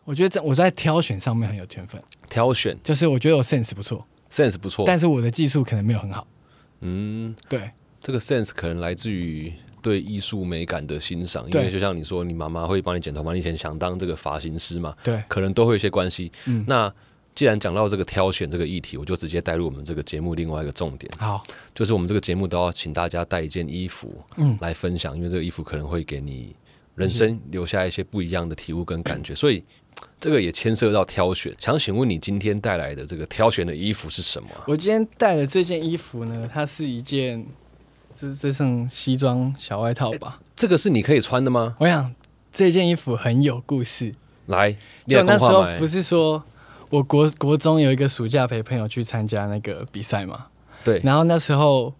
Speaker 2: 我觉得在我在挑选上面很有天分，
Speaker 1: 挑选
Speaker 2: 就是我觉得我 sense 不错，
Speaker 1: sense 不错，
Speaker 2: 但是我的技术可能没有很好。
Speaker 1: 嗯，
Speaker 2: 对，
Speaker 1: 这个 sense 可能来自于对艺术美感的欣赏，因
Speaker 2: 对
Speaker 1: 为就像你说，你妈妈会帮你剪头发，你以前想当这个发型师嘛，
Speaker 2: 对
Speaker 1: 可能都会有一些关系。
Speaker 2: 嗯
Speaker 1: 那既然讲到这个挑选这个议题，我就直接带入我们这个节目另外一个重点，
Speaker 2: 好，
Speaker 1: 就是我们这个节目都要请大家带一件衣服
Speaker 2: 嗯
Speaker 1: 来分享，因为这个衣服可能会给你人生留下一些不一样的体悟跟感
Speaker 2: 嗯
Speaker 1: 觉，所以。这个也牵涉到挑选，想请问你今天带来的这个挑选的衣服是什么啊？
Speaker 2: 我今天带的这件衣服呢，它是一件，这这算西装小外套吧？
Speaker 1: 这个是你可以穿的吗？
Speaker 2: 我想这件衣服很有故事。
Speaker 1: 来，你
Speaker 2: 就
Speaker 1: 来
Speaker 2: 那
Speaker 1: 公
Speaker 2: 时
Speaker 1: 话
Speaker 2: 候
Speaker 1: 买
Speaker 2: 不是说，我国国中有一个暑假陪朋友去参加那个比赛嘛，
Speaker 1: 对，
Speaker 2: 然后那时候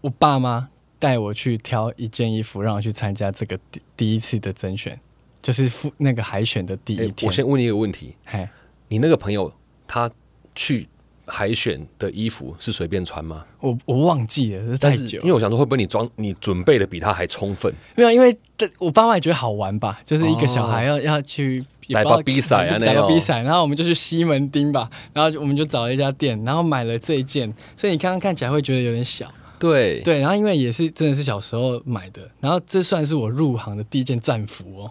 Speaker 2: 我爸妈带我去挑一件衣服，让我去参加这个第第一次的甄选，就是复那个海选的第
Speaker 1: 诶
Speaker 2: 一天。
Speaker 1: 我先问你一个问题：
Speaker 2: 嘿
Speaker 1: 你那个朋友他去海选的衣服是随便穿吗？
Speaker 2: 我我忘记了，这
Speaker 1: 但
Speaker 2: 太
Speaker 1: 是
Speaker 2: 久了
Speaker 1: 因为我想说，会不会你装你准备的比他还充分？
Speaker 2: 没有，因为这我爸妈也觉得好玩吧，就是一个小孩要、要去
Speaker 1: 哦
Speaker 2: 也
Speaker 1: 来
Speaker 2: 不知道
Speaker 1: 吧比赛啊
Speaker 2: 来
Speaker 1: 那
Speaker 2: 吧
Speaker 1: 样
Speaker 2: 比赛，然后我们就去西门町吧，然后就我们就找了一家店，然后买了这一件，所以你刚刚看起来会觉得有点小，
Speaker 1: 对，
Speaker 2: 对，然后因为也是真的是小时候买的，然后这算是我入行的第一件战服哦，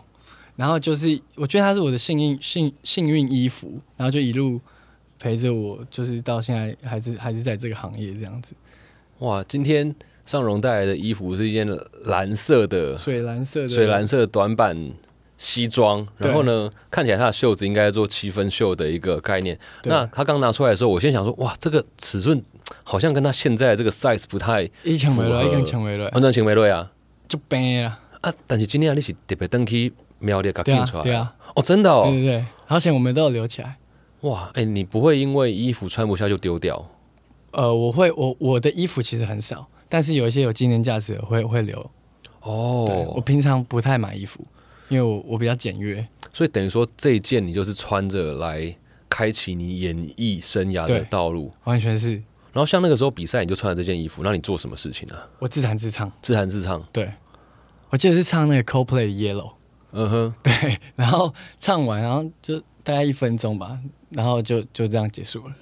Speaker 2: 然后就是我觉得它是我的幸运幸幸运衣服，然后就一路陪着我，就是到现在还是还是在这个行业这样子，
Speaker 1: 哇，今天尚荣带来的衣服是一件蓝色的
Speaker 2: 水蓝色的
Speaker 1: 水蓝色的短版西装，
Speaker 2: 对
Speaker 1: 然后呢，看起来他的袖子应该做七分袖的一个概念。
Speaker 2: 对
Speaker 1: 那他刚拿出来的时候，我先想说，哇，这个尺寸好像跟他现在这个 size 不太。
Speaker 2: 一抢为了，
Speaker 1: 符
Speaker 2: 一
Speaker 1: 合
Speaker 2: 根抢为了，
Speaker 1: 安装行为瑞啊，
Speaker 2: 就掰了。
Speaker 1: 啊，但是今天你是特别登去庙里给
Speaker 2: 对
Speaker 1: 它
Speaker 2: 啊
Speaker 1: 印出来，
Speaker 2: 对啊，
Speaker 1: 哦，真的
Speaker 2: 对
Speaker 1: 哦，
Speaker 2: 对对，好险我们都有留起来。
Speaker 1: 哇，哎、你不会因为衣服穿不下就丢掉？
Speaker 2: 呃，我会我我的衣服其实很少，但是有一些有纪念价值的会会留。对，我
Speaker 1: 哦，
Speaker 2: 平常不太买衣服，因为我我比较简约。
Speaker 1: 所以等于说这一件你就是穿着来开启你演艺生涯的
Speaker 2: 对
Speaker 1: 道路。
Speaker 2: 完全是
Speaker 1: 然后像那个时候比赛，你就穿着这件衣服，那你做什么事情呢、啊？
Speaker 2: 我自弹自唱。
Speaker 1: 自弹自唱，
Speaker 2: 对，我记得是唱那个 Coldplay 的 Yellow，
Speaker 1: 嗯哼，
Speaker 2: 对，然后唱完，然后就大概一分钟吧，然后就就这样结束了。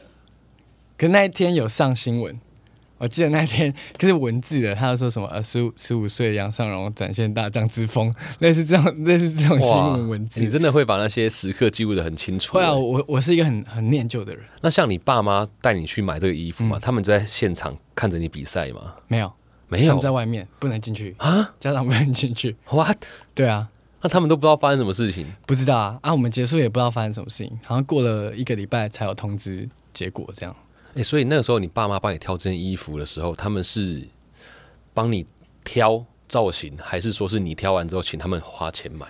Speaker 2: 可那一天有上新闻，我记得那一天就是文字的，他说什么呃十五十五岁杨尚荣展现大将之风，类似这种类似这种新闻文字
Speaker 1: 你。真的会把那些时刻记录的很清楚、
Speaker 2: 会啊，
Speaker 1: 哎
Speaker 2: 我我是一个很很念旧的人，
Speaker 1: 那像你爸妈带你去买这个衣服
Speaker 2: 嗯
Speaker 1: 嘛，他们就在现场看着你比赛吗？
Speaker 2: 没有，
Speaker 1: 没
Speaker 2: 他
Speaker 1: 有
Speaker 2: 们在外面不能进去
Speaker 1: 啊
Speaker 2: 家长不能进去。
Speaker 1: ，what？
Speaker 2: 对啊，
Speaker 1: 那他们都不知道发生什么事情，
Speaker 2: 不知道啊啊，我们结束也不知道发生什么事情，好像过了一个礼拜才有通知结果这样。
Speaker 1: 诶，所以那个时候你爸妈帮你挑这件衣服的时候，他们是帮你挑造型，还是说是你挑完之后请他们花钱买？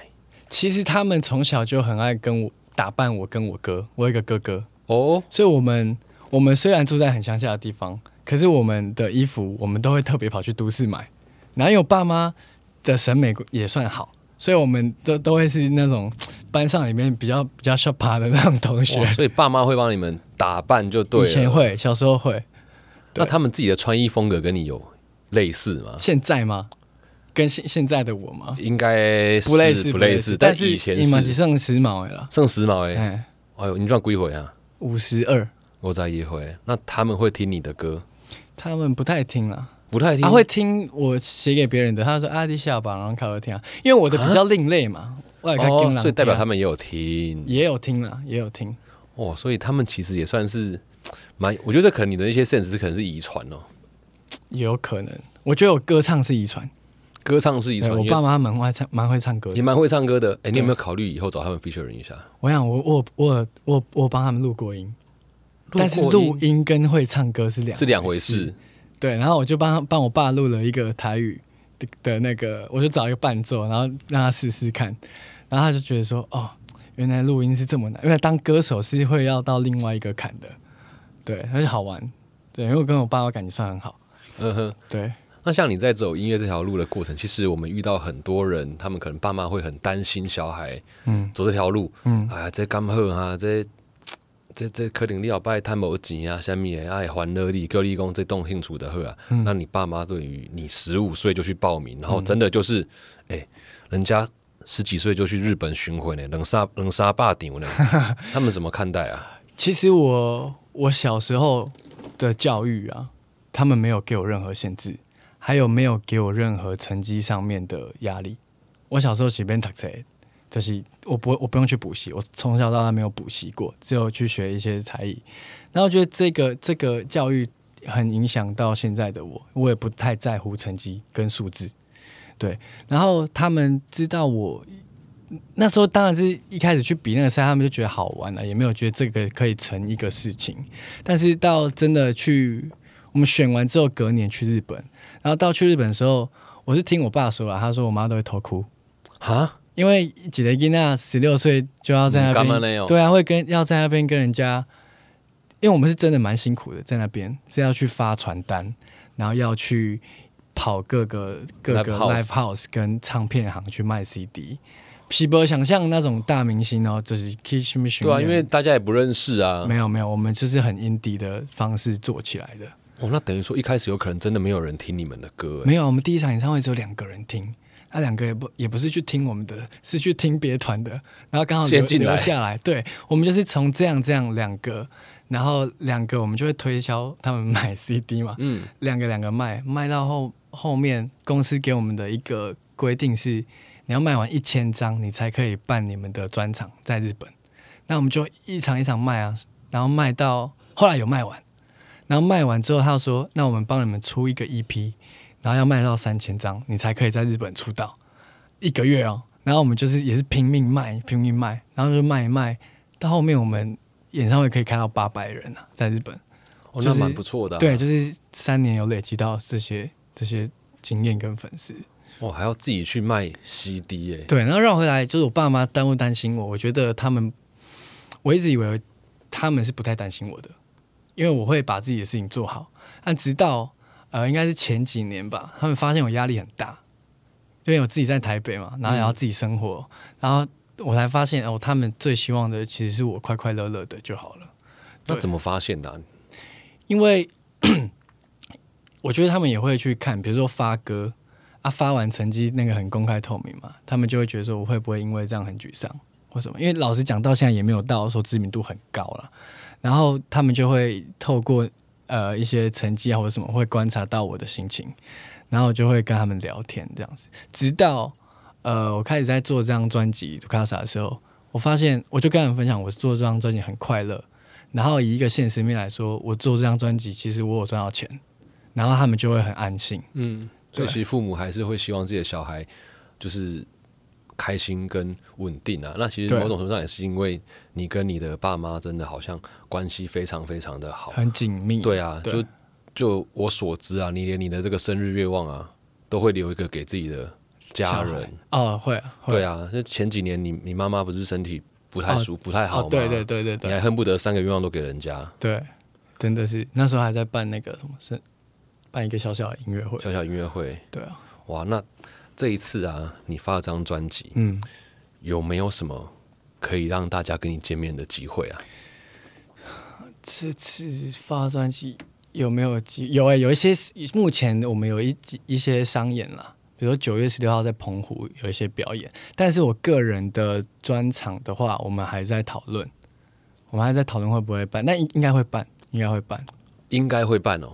Speaker 2: 其实他们从小就很爱跟我打扮，我跟我哥，我有一个哥哥，
Speaker 1: 哦，
Speaker 2: 所以我们我们虽然住在很乡下的地方，可是我们的衣服我们都会特别跑去都市买。然后有爸妈的审美也算好，所以我们都都会是那种班上里面比较比较 s h o p a 的那种同学
Speaker 1: 哇，。所以爸妈会帮你们打扮就对啊
Speaker 2: 以
Speaker 1: 了。
Speaker 2: 前会，小时候会，
Speaker 1: 那
Speaker 2: 对
Speaker 1: 他们自己的穿衣风格跟你有类似吗？
Speaker 2: 现在吗？跟现现在的我吗？
Speaker 1: 应该是
Speaker 2: 不类似，
Speaker 1: 不
Speaker 2: 类
Speaker 1: 类似，
Speaker 2: 但
Speaker 1: 以前
Speaker 2: 你们是
Speaker 1: 是
Speaker 2: 上时髦的啦。
Speaker 1: 剩时髦哎，
Speaker 2: 哎，
Speaker 1: 哎呦，你赚几回啊？
Speaker 2: 五十二，
Speaker 1: 我在一回，那他们会听你的歌，
Speaker 2: 他们不太听啦。
Speaker 1: 不太听。
Speaker 2: 啊他、会听我写给别人的，他说啊，你下吧，然后开始听啊，因为我的比较另类嘛，我也看听啊
Speaker 1: 哦，
Speaker 2: 啦，
Speaker 1: 所以代表他
Speaker 2: 们
Speaker 1: 们也有听
Speaker 2: 也有听啦，也有听，
Speaker 1: 哦，所以他们其实也算是蛮，我觉得可能你的一些 sense 是可能是遗传哦，
Speaker 2: 也有可能。我觉得我歌唱是遗传，
Speaker 1: 歌唱是遗
Speaker 2: 对
Speaker 1: 传，
Speaker 2: 哎我
Speaker 1: 也
Speaker 2: 爸妈蛮会唱，蛮会唱歌
Speaker 1: 也
Speaker 2: 的。
Speaker 1: 蛮会唱歌的。哎，你有没有考虑以后找他们 featuring 一下？
Speaker 2: 我想我我我我我帮他们录过音，
Speaker 1: 过
Speaker 2: 但是
Speaker 1: 音
Speaker 2: 录音跟会唱歌是两
Speaker 1: 是两回事。
Speaker 2: 对，然后我就帮帮我爸录了一个台语的的那个，我就找一个伴奏，然后让他试试看，然后他就觉得说，哦，原来录音是这么难，因为当歌手是会要到另外一个坎的，对，他就好玩，对，因为我跟我爸我感情算很好，
Speaker 1: 嗯哼，
Speaker 2: 对，
Speaker 1: 那像你在走音乐这条路的过程，其实我们遇到很多人，他们可能爸妈会很担心小孩
Speaker 2: 嗯
Speaker 1: 走这条路，
Speaker 2: 嗯，
Speaker 1: 哎呀，这干好啊，这这这可能你后摆赚无钱啊，什么的，爱还乐你，叫你讲这动兴趣的好啊。
Speaker 2: 嗯
Speaker 1: 那你爸妈对于你十五岁就去报名，然后真的就是，哎、人家十几岁就去日本巡回呢，冷杀冷杀霸顶 呢，他们怎么看待啊？
Speaker 2: 其实我我小时候的教育啊，他们没有给我任何限制，还有没有给我任何成绩上面的压力。我小时候随便读册，就是我不我不用去补习，我从小到大没有补习过，只有去学一些才艺。然后我觉得这个这个教育很影响到现在的我，我也不太在乎成绩跟数字。对，然后他们知道我那时候当然是一开始去比那个赛，他们就觉得好玩了、也没有觉得这个可以成一个事情。但是到真的去，我们选完之后，隔年去日本，然后到去日本的时候，我是听我爸说了，他说我妈都会偷哭，
Speaker 1: 哈，
Speaker 2: 因为几个囡娜十六岁就要在那
Speaker 1: 嗯干嘛呢
Speaker 2: 边，
Speaker 1: 哦
Speaker 2: 对啊，会跟要在那边跟人家，因为我们是真的蛮辛苦的，在那边是要去发传单，然后要去跑各个各个
Speaker 1: Live
Speaker 2: live
Speaker 1: house
Speaker 2: house 跟唱片行去卖 CD。皮博想象那种大明星哦，就是 Kiss Me
Speaker 1: 对啊，因为大家也不认识啊。
Speaker 2: 没有没有，我们就是很 indie 的方式做起来的。
Speaker 1: 哦，那等于说一开始有可能真的没有人听你们的歌、哎
Speaker 2: 没有，我们第一场演唱会只有两个人听，那两个也不也不是去听我们的，是去听别团的，然后刚好留
Speaker 1: 先进来
Speaker 2: 留下来。对，我们就是从这样这样两个，然后两个我们就会推销他们买 CD 嘛，
Speaker 1: 嗯，
Speaker 2: 两个两个卖，卖到后后面公司给我们的一个规定是，你要卖完一千张，你才可以办你们的专场在日本。那我们就一场一场卖啊，然后卖到后来有卖完，然后卖完之后他又说，那我们帮你们出一个 EP，然后要卖到三千张，你才可以在日本出道，一个月哦。然后我们就是也是拼命卖，拼命卖，然后就卖一卖，到后面我们演唱会可以开到八百人啊，在日本。
Speaker 1: 哦，
Speaker 2: 就
Speaker 1: 那
Speaker 2: 是
Speaker 1: 蛮不错的、啊。
Speaker 2: 对，，就是三年有累积到这些这些经验跟粉丝。
Speaker 1: 哇，哦还要自己去卖 CD 哎、
Speaker 2: 对，然后绕回来就是我爸妈担不担心我？我觉得他们，我一直以为他们是不太担心我的，因为我会把自己的事情做好。但直到呃，应该是前几年吧，他们发现我压力很大，因为我自己在台北嘛，然后也要自己生活，然后我才发现哦，他们最希望的其实是我快快乐乐的就好了。
Speaker 1: 那
Speaker 2: 对
Speaker 1: 怎么发现的啊、
Speaker 2: 因为 我觉得他们也会去看，比如说发歌啊，发完成绩那个很公开透明嘛，他们就会觉得说我会不会因为这样很沮丧或什么？因为老实讲，到现在也没有到说知名度很高了，然后他们就会透过呃一些成绩啊或者什么，会观察到我的心情，然后我就会跟他们聊天这样子，直到呃我开始在做这张专辑《杜卡萨》的时候，我发现我就跟他们分享，我做这张专辑很快乐，然后以一个现实面来说，我做这张专辑，其实我有赚到钱，然后他们就会很安心。
Speaker 1: 嗯，所以其
Speaker 2: 对
Speaker 1: 实父母还是会希望自己的小孩就是开心跟稳定啊。那其实
Speaker 2: 对
Speaker 1: 某种程度上也是因为你跟你的爸妈真的好像关系非常非常的好。
Speaker 2: 很紧密。
Speaker 1: 哦对啊，
Speaker 2: 对
Speaker 1: 就就我所知啊，你连你的这个生日愿望啊，都会留一个给自己的家人。
Speaker 2: 哦，会啊会
Speaker 1: 对啊，那前几年你你妈妈不是身体不太
Speaker 2: 哦
Speaker 1: 舒、不太好
Speaker 2: 哦
Speaker 1: 吗？，
Speaker 2: 对对对对
Speaker 1: 你
Speaker 2: 对
Speaker 1: 还恨不得三个愿望都给人家。
Speaker 2: 对，真的是那时候还在办那个什么是办一个小小的音乐会。
Speaker 1: 小小音乐会，
Speaker 2: 对啊，
Speaker 1: 哇，那这一次啊，你发张专辑，
Speaker 2: 嗯，
Speaker 1: 有没有什么可以让大家跟你见面的机会啊？
Speaker 2: 这次发专辑有没有机？有哎、有一些目前我们有一集一些商演啦，比如说九月十六号在澎湖有一些表演，但是我个人的专场的话，我们还在讨论，我们还在讨论会不会办，那应应该会办，应该会办，
Speaker 1: 应该会办哦，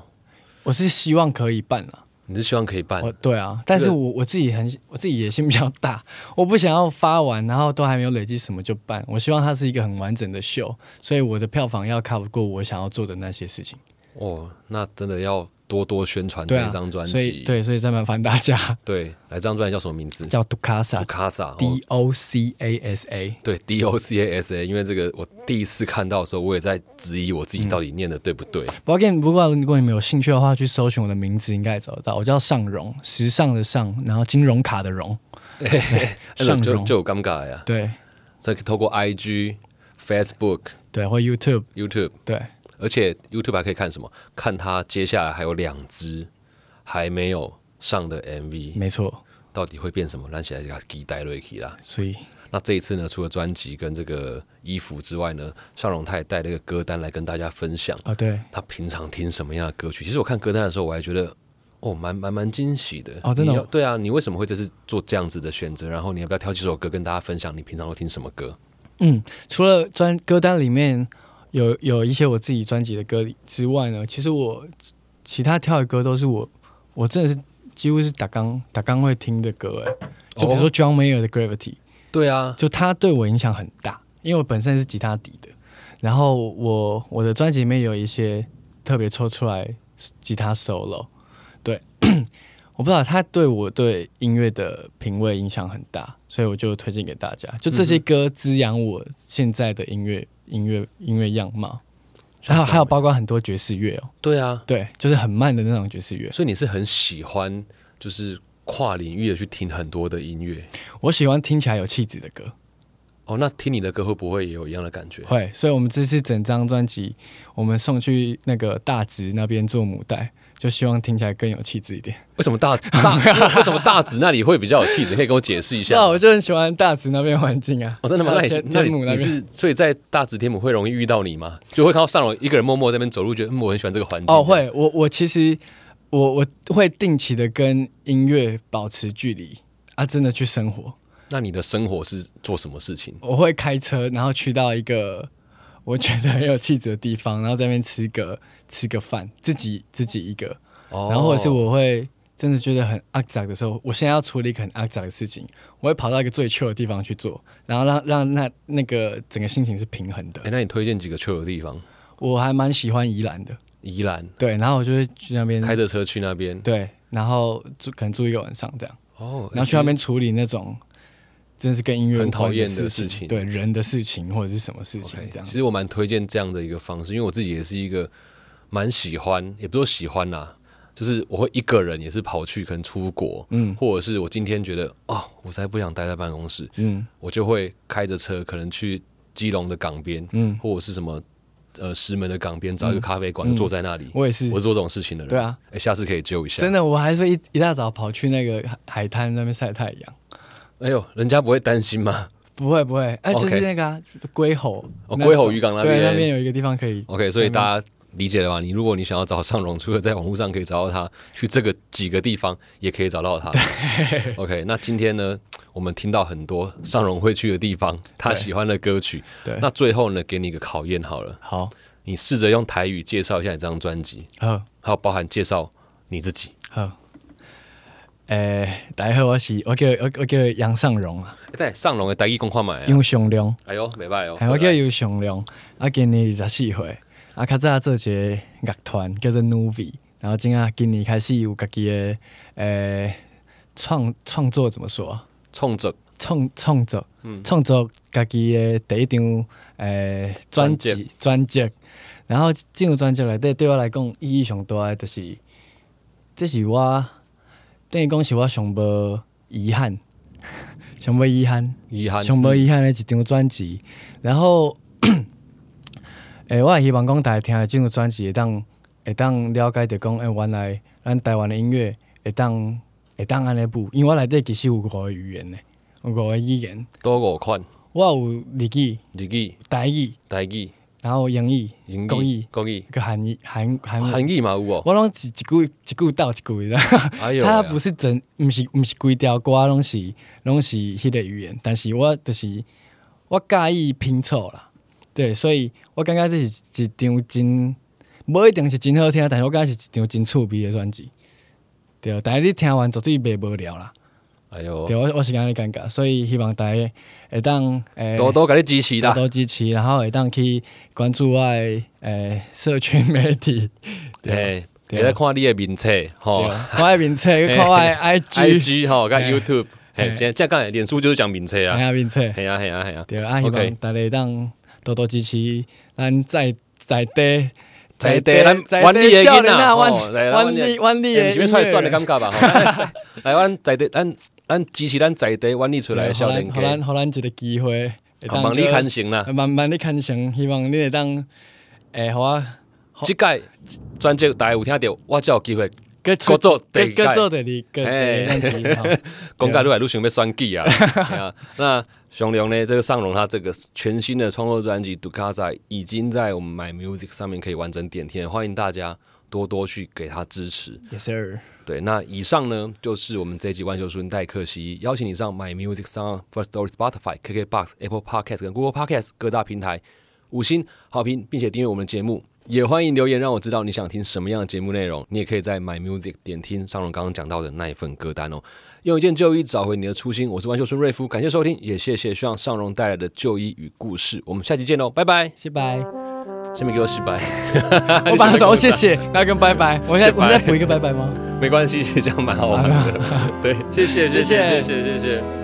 Speaker 2: 我是希望可以办啦。
Speaker 1: 你是希望可以办
Speaker 2: 我？对啊，但是我我自己很我自己野心比较大，我不想要发完，然后都还没有累积什么就办。我希望它是一个很完整的秀，所以我的票房要 cover 过我想要做的那些事情。
Speaker 1: 哦，那真的要多多宣传
Speaker 2: 对
Speaker 1: 这
Speaker 2: 啊，
Speaker 1: 张专
Speaker 2: 所以
Speaker 1: 辑。
Speaker 2: 对，所以再麻烦 大家
Speaker 1: 对，来这张专辑叫什么名字？
Speaker 2: 叫 Ducasa
Speaker 1: 卡萨。哦
Speaker 2: D O C A S A，
Speaker 1: 对，D O C A S A，因为这个我第一次看到的时候，我也在质疑我自己到底念的对不对。
Speaker 2: 不过跟不过如果你们有兴趣的话，去搜寻我的名字应该也找得到。我叫尚荣，时尚的尚，然后金融卡的荣，
Speaker 1: 哎
Speaker 2: 尚
Speaker 1: 就
Speaker 2: 荣
Speaker 1: 就有尴尬呀、
Speaker 2: 对
Speaker 1: 这可以透过 I G、Facebook、
Speaker 2: 对，或 YouTube
Speaker 1: YouTube，
Speaker 2: 对
Speaker 1: 而且 YouTube 还可以看什么？看他接下来还有两支还没有上的 MV，
Speaker 2: 没错，
Speaker 1: 到底会变什么？让起来给他期待瑞奇啦。
Speaker 2: 所以
Speaker 1: 那这一次呢，除了专辑跟这个衣服之外呢，尚荣他也带了一个歌单来跟大家分享。
Speaker 2: 啊、对
Speaker 1: 他平常听什么样的歌曲？其实我看歌单的时候，我还觉得哦，蛮蛮蛮惊喜的
Speaker 2: 哦真
Speaker 1: 你
Speaker 2: 的哦
Speaker 1: 要对啊，你为什么会这次做这样子的选择？然后你要不要挑几首歌跟大家分享？你平常都听什么歌？
Speaker 2: 嗯除了专歌单里面有有一些我自己专辑的歌之外呢，其实我其他跳的歌都是我我真的是几乎是打刚打刚会听的歌，哎，就比如说 John Mayer 的 Gravity，、
Speaker 1: 对啊，
Speaker 2: 就它对我影响很大，因为我本身是吉他底的，然后我我的专辑里面有一些特别抽出来吉他 solo，对， 我不知道它对我对音乐的品味影响很大，所以我就推荐给大家，就这些歌滋养我现在的音乐音乐音乐样貌，还有还有包括很多爵士乐哦，
Speaker 1: 对啊，
Speaker 2: 对，就是很慢的那种爵士乐，
Speaker 1: 所以你是很喜欢就是跨领域的去听很多的音乐
Speaker 2: 我喜欢听起来有气质的歌。
Speaker 1: 哦。那听你的歌会不会也有一样的感觉？
Speaker 2: 会，所以我们这次整张专辑，我们送去那个大直那边做母带，就希望听起来更有气质一点。
Speaker 1: 为什么大 大为什么大直那里会比较有气质？可以跟我解释一下
Speaker 2: 那
Speaker 1: 吗？
Speaker 2: 我就很喜欢大直那边环境啊。
Speaker 1: 啊哦，真的吗？那
Speaker 2: 还有
Speaker 1: 你是
Speaker 2: 天
Speaker 1: 那
Speaker 2: 天
Speaker 1: 你
Speaker 2: 母那
Speaker 1: 你
Speaker 2: 边。
Speaker 1: 是所以在大直天母会容易遇到你吗？就会看到上楼一个人默默在那边走路，觉得嗯我很喜欢这个环境。
Speaker 2: 哦，会，我我其实我我会定期的跟音乐保持距离啊，真的去生活。
Speaker 1: 那你的生活是做什么事情？
Speaker 2: 我会开车，然后去到一个我觉得很有气质的地方，然后在那边吃个吃个饭，自己自己一个。
Speaker 1: 哦
Speaker 2: 然后或者是我会真的觉得很肮脏的时候，我现在要处理一个很肮脏的事情，我会跑到一个最 chill 的地方去做，然后让让那那个整个心情是平衡的
Speaker 1: 哎、。那你推荐几个去的地方？
Speaker 2: 我还蛮喜欢宜兰的，
Speaker 1: 宜兰，
Speaker 2: 对，然后我就会去那边
Speaker 1: 开着车去那边。
Speaker 2: 对，然后住可能住一个晚上这样，
Speaker 1: 哦，
Speaker 2: 然后去那边处理那种。真是跟音乐
Speaker 1: 很
Speaker 2: 无关
Speaker 1: 讨厌的
Speaker 2: 事
Speaker 1: 事情
Speaker 2: 对人的事情或者是什么事情
Speaker 1: OK，
Speaker 2: 这样
Speaker 1: 其
Speaker 2: 子。
Speaker 1: 实我蛮推荐这样的一个方式，因为我自己也是一个蛮喜欢，也不是说喜欢啦、就是我会一个人也是跑去可能出国，嗯，或者是我今天觉得哦，我才不想待在办公室，
Speaker 2: 嗯，
Speaker 1: 我就会开着车可能去基隆的港边，嗯，或者是什么呃石门的港边找一个咖啡馆、就坐在那里。
Speaker 2: 嗯我也是
Speaker 1: 我，做这种事情的人，
Speaker 2: 对啊，
Speaker 1: 哎、下次可以揪一下。
Speaker 2: 真的，我还会一一大早跑去那个海海滩那边晒太阳。
Speaker 1: 哎呦，人家不会担心吗
Speaker 2: 不会不会，哎、
Speaker 1: OK
Speaker 2: 就是那个啊龟、吼，
Speaker 1: 哦
Speaker 2: 那
Speaker 1: 龟吼
Speaker 2: 种
Speaker 1: 渔港那
Speaker 2: 对，
Speaker 1: 边
Speaker 2: 那边有一个地方可以，
Speaker 1: ？OK，所以大家理解了吧？你如果你想要找尚荣，除了在网络上可以找到他，去这个几个地方也可以找到他。OK，那今天呢，我们听到很多尚荣会去的地方，他
Speaker 2: 对
Speaker 1: 喜欢的歌曲。
Speaker 2: 对
Speaker 1: 那最后呢，给你一个考验好了，
Speaker 2: 好，
Speaker 1: 你试着用台语介绍一下你这张专辑，
Speaker 2: 好，
Speaker 1: 还有包含介绍你自己。
Speaker 2: 好，诶、大家好，我是我叫我我叫杨尚荣啊，
Speaker 1: 哎但尚荣的台语讲看买，
Speaker 2: 杨尚亮，
Speaker 1: 哎呦，没办哦
Speaker 2: 哎、。我叫杨尚亮，啊，今年二十四岁，啊，较早做一个乐团叫做 Nuvi，然后今啊今年开始有家己的诶创创作怎么说啊？
Speaker 1: 冲着
Speaker 2: 创创作，创作家己的第一张诶专辑专辑，然后进入专辑内底对我来讲意义上大诶，就是这是我等于讲是我上无遗憾， 上无遗憾，
Speaker 1: 遗憾，
Speaker 2: 上无遗憾的一张专辑。然后，诶、我也希望讲大家听了这张专辑会当会当了解着讲，诶、原来咱台湾的音乐会当会当安尼舞，因为我内底其实有五个语言呢，有五个语言，
Speaker 1: 多五款，
Speaker 2: 我有日语、
Speaker 1: 日语、
Speaker 2: 台语，
Speaker 1: 台语、
Speaker 2: 然后英语、
Speaker 1: 英
Speaker 2: 国
Speaker 1: 语
Speaker 2: 语、
Speaker 1: 国语、
Speaker 2: 个韩语、韩韩文
Speaker 1: 韩语嘛有哦。
Speaker 2: 我拢一一句一句到一句你知道吗
Speaker 1: 哎呦喂啊，
Speaker 2: 它不是整，毋是毋是规条歌，拢是拢是迄个语言，但是我就是我介意拼凑啦，对，所以我感觉这是一张真，无一定是真好听，但是我感觉是一张真趣味的专辑，对，但是你听完绝对袂无聊啦，
Speaker 1: 哎呦
Speaker 2: 对，，我我是安尼感觉，所以希望大家会当诶。
Speaker 1: 多多给你支持
Speaker 2: 多
Speaker 1: 啦。
Speaker 2: 多支持，然后会当去关注我诶、诶社群媒体，
Speaker 1: 对，
Speaker 2: 对啊
Speaker 1: 你在看你的名册
Speaker 2: 对
Speaker 1: 吼
Speaker 2: 我 爱名册，看我的 IG，
Speaker 1: ，IG 吼，跟
Speaker 2: 嘿
Speaker 1: YouTube，嘿，
Speaker 2: 嘿
Speaker 1: 现在这刚才脸书就是讲名册
Speaker 2: 哎
Speaker 1: 啊，
Speaker 2: 呀名册，
Speaker 1: 嘿啊嘿啊嘿啊，
Speaker 2: 对啊，希
Speaker 1: OK
Speaker 2: 望大家当多多支持咱在在地。
Speaker 1: 在地咱湾里的
Speaker 2: 少
Speaker 1: 囡
Speaker 2: 年
Speaker 1: 仔，
Speaker 2: 啊，湾
Speaker 1: 吼来咱
Speaker 2: 湾里湾里
Speaker 1: 欸
Speaker 2: 的
Speaker 1: 不是要
Speaker 2: 音
Speaker 1: 踹算的
Speaker 2: 乐
Speaker 1: 感觉
Speaker 2: 人，
Speaker 1: 吧？吼来来，咱在地，咱咱支持咱在地湾里出来的
Speaker 2: 对
Speaker 1: 少
Speaker 2: 互
Speaker 1: 年
Speaker 2: 咱互咱
Speaker 1: 家，
Speaker 2: 互咱一个机会，会
Speaker 1: 好忙你看行啦。
Speaker 2: 慢慢你看成，希望你会当诶，啊互我
Speaker 1: 即届专辑大家有听到，我才有机会
Speaker 2: 各
Speaker 1: 各做第二
Speaker 2: 各各
Speaker 1: 届
Speaker 2: 做第二个
Speaker 1: 嘿
Speaker 2: 专辑， 好
Speaker 1: 讲到愈来愈想要选举啊！ 嘿啊那熊良呢？这个尚荣他这个全新的创作专辑《杜卡仔》已经在我们 My Music 上面可以完整点听了，欢迎大家多多去给他支持。
Speaker 2: ，Yes sir，
Speaker 1: 对，那以上呢就是我们这一集万秀孙代客席，邀请你上 My Music Sound、First Story、Spotify、KKBox、Apple Podcast 跟 Google Podcast 各大平台五星好评，并且订阅我们的节目。也欢迎留言让我知道你想听什么样的节目内容。你也可以在 My Music 点听上龙刚刚讲到的那一份歌单哦。用一件旧衣找回你的初心，我是万秀孙瑞夫，感谢收听，也谢谢向上荣带来的旧衣与故事。我们下期见喽，拜拜！
Speaker 2: 谢拜。
Speaker 1: 下面给我洗白，
Speaker 2: 我本来想说哦谢谢，然后跟拜拜，我现在我们再补一个拜拜吗？
Speaker 1: 没关系，这样蛮好玩的。对，谢谢，谢谢，谢谢，谢谢。